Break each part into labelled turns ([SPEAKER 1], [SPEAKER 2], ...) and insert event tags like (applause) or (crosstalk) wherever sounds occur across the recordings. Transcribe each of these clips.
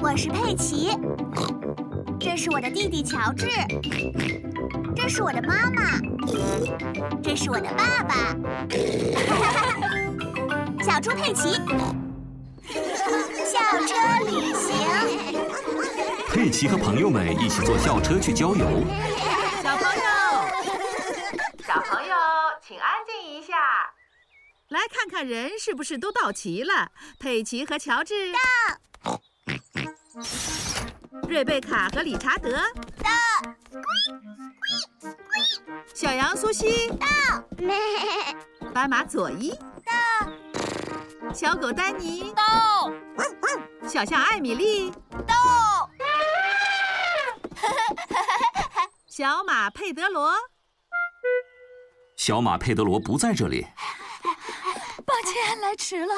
[SPEAKER 1] 我是佩奇，这是我的弟弟乔治，这是我的妈妈，这是我的爸 (laughs) 爸，小猪佩奇，校车旅行。
[SPEAKER 2] 佩奇和朋友们一起坐校车去郊游。
[SPEAKER 3] 小朋友，小朋友，请安静一下，来看看人是不是都到齐了。佩奇和乔治到，瑞贝卡和理查德到，小羊苏西到，斑马佐伊到，小狗丹尼
[SPEAKER 1] 到
[SPEAKER 3] 到，小象艾米丽。
[SPEAKER 1] 到，
[SPEAKER 3] 小马佩德罗，
[SPEAKER 2] 小马佩德罗不在这里，
[SPEAKER 4] 抱歉，来迟了。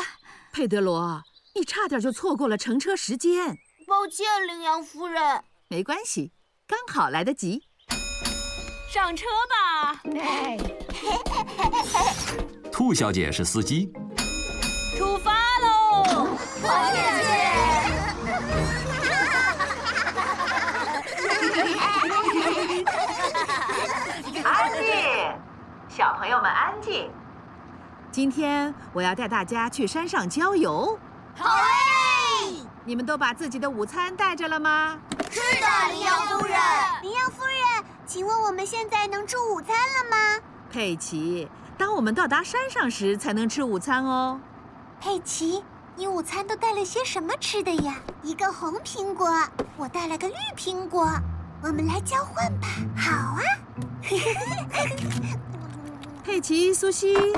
[SPEAKER 3] 佩德罗，你差点就错过了乘车时间。
[SPEAKER 1] 抱歉，羚羊夫人。
[SPEAKER 3] 没关系，刚好来得及。
[SPEAKER 4] 上车吧，
[SPEAKER 2] 兔小姐是司机，
[SPEAKER 4] 出发喽！
[SPEAKER 3] 安静，小朋友们安静。今天我要带大家去山上郊游，
[SPEAKER 1] 好嘞，
[SPEAKER 3] 你们都把自己的午餐带着了吗？
[SPEAKER 1] 是的，羚羊夫人。羚羊夫人，请问我们现在能吃午餐了吗？
[SPEAKER 3] 佩奇，当我们到达山上时才能吃午餐哦。
[SPEAKER 1] 佩奇，你午餐都带了些什么吃的呀？一个红苹果，我带了个绿苹果，我们来交换吧。好啊。
[SPEAKER 3] 佩奇、苏西，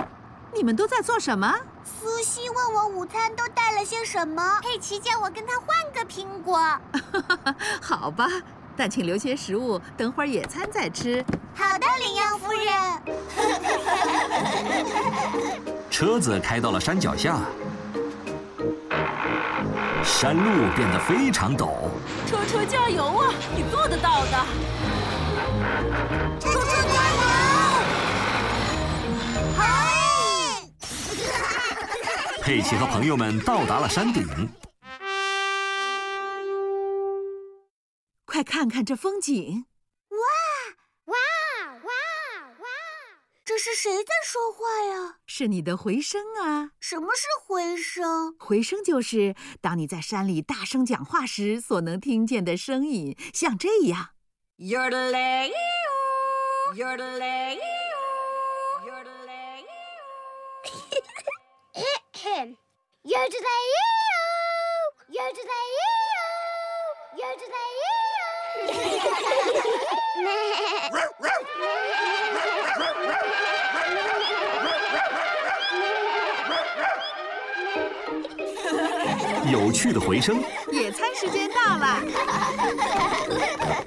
[SPEAKER 3] 你们都在做什么？
[SPEAKER 1] 苏西问我午餐都带了些什么，佩奇叫我跟他换个苹果。
[SPEAKER 3] 好吧，但请留些食物，等会儿野餐再吃。
[SPEAKER 1] 好的，羚羊夫人。
[SPEAKER 2] 车子开到了山脚下，山路变得非常陡。
[SPEAKER 4] 车车加油啊，你做得到的！
[SPEAKER 1] 猪猪加油！嘿，
[SPEAKER 2] 佩奇和朋友们到达了山顶，
[SPEAKER 3] 快看看这风景！
[SPEAKER 1] 哇哇哇！这是谁在说话呀？
[SPEAKER 3] 是你的回声啊！
[SPEAKER 1] 什么是回声？
[SPEAKER 3] 回声就是当你在山里大声讲话时所能听见的声音，像这样。
[SPEAKER 1] 有只在哟，有只在哟，有只在哟。
[SPEAKER 2] 有趣的回声。
[SPEAKER 3] 野餐时间到了，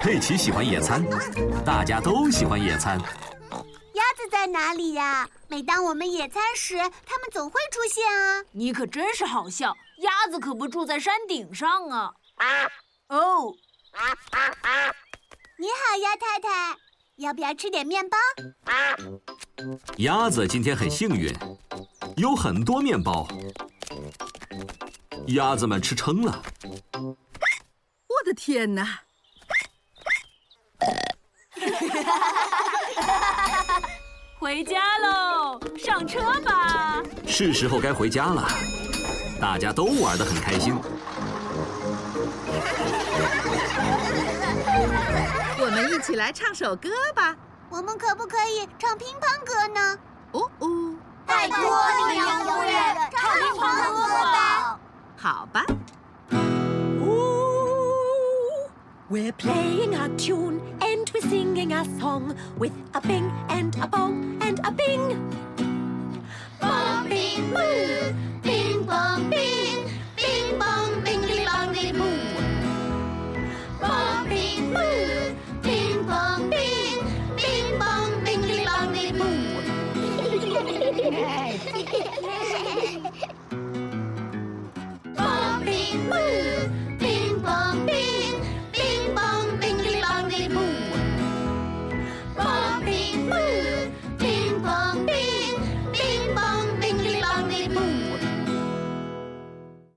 [SPEAKER 2] 佩奇喜欢野餐，大家都喜欢野餐。
[SPEAKER 1] 鸭子在哪里呀？每当我们野餐时，它们总会出现啊。
[SPEAKER 4] 你可真是好笑，鸭子可不住在山顶上啊！哦，
[SPEAKER 1] 你好，鸭太太，要不要吃点面包？
[SPEAKER 2] 鸭子今天很幸运，有很多面包。鸭子们吃撑了，
[SPEAKER 3] 我的天哪！
[SPEAKER 4] 回家喽，上车吧。
[SPEAKER 2] 是时候该回家了。大家都玩得很开心。
[SPEAKER 3] 我们一起来唱首歌吧。
[SPEAKER 1] 我们可不可以唱乒乓歌呢？
[SPEAKER 3] 哦哦，
[SPEAKER 1] 拜
[SPEAKER 4] 托羚羊夫人唱乒乓歌吧。
[SPEAKER 3] 好吧。
[SPEAKER 5] Ooh, we're playing a tune and we're singing a song with a bing and a bong and a bing.
[SPEAKER 1] Bing bong bing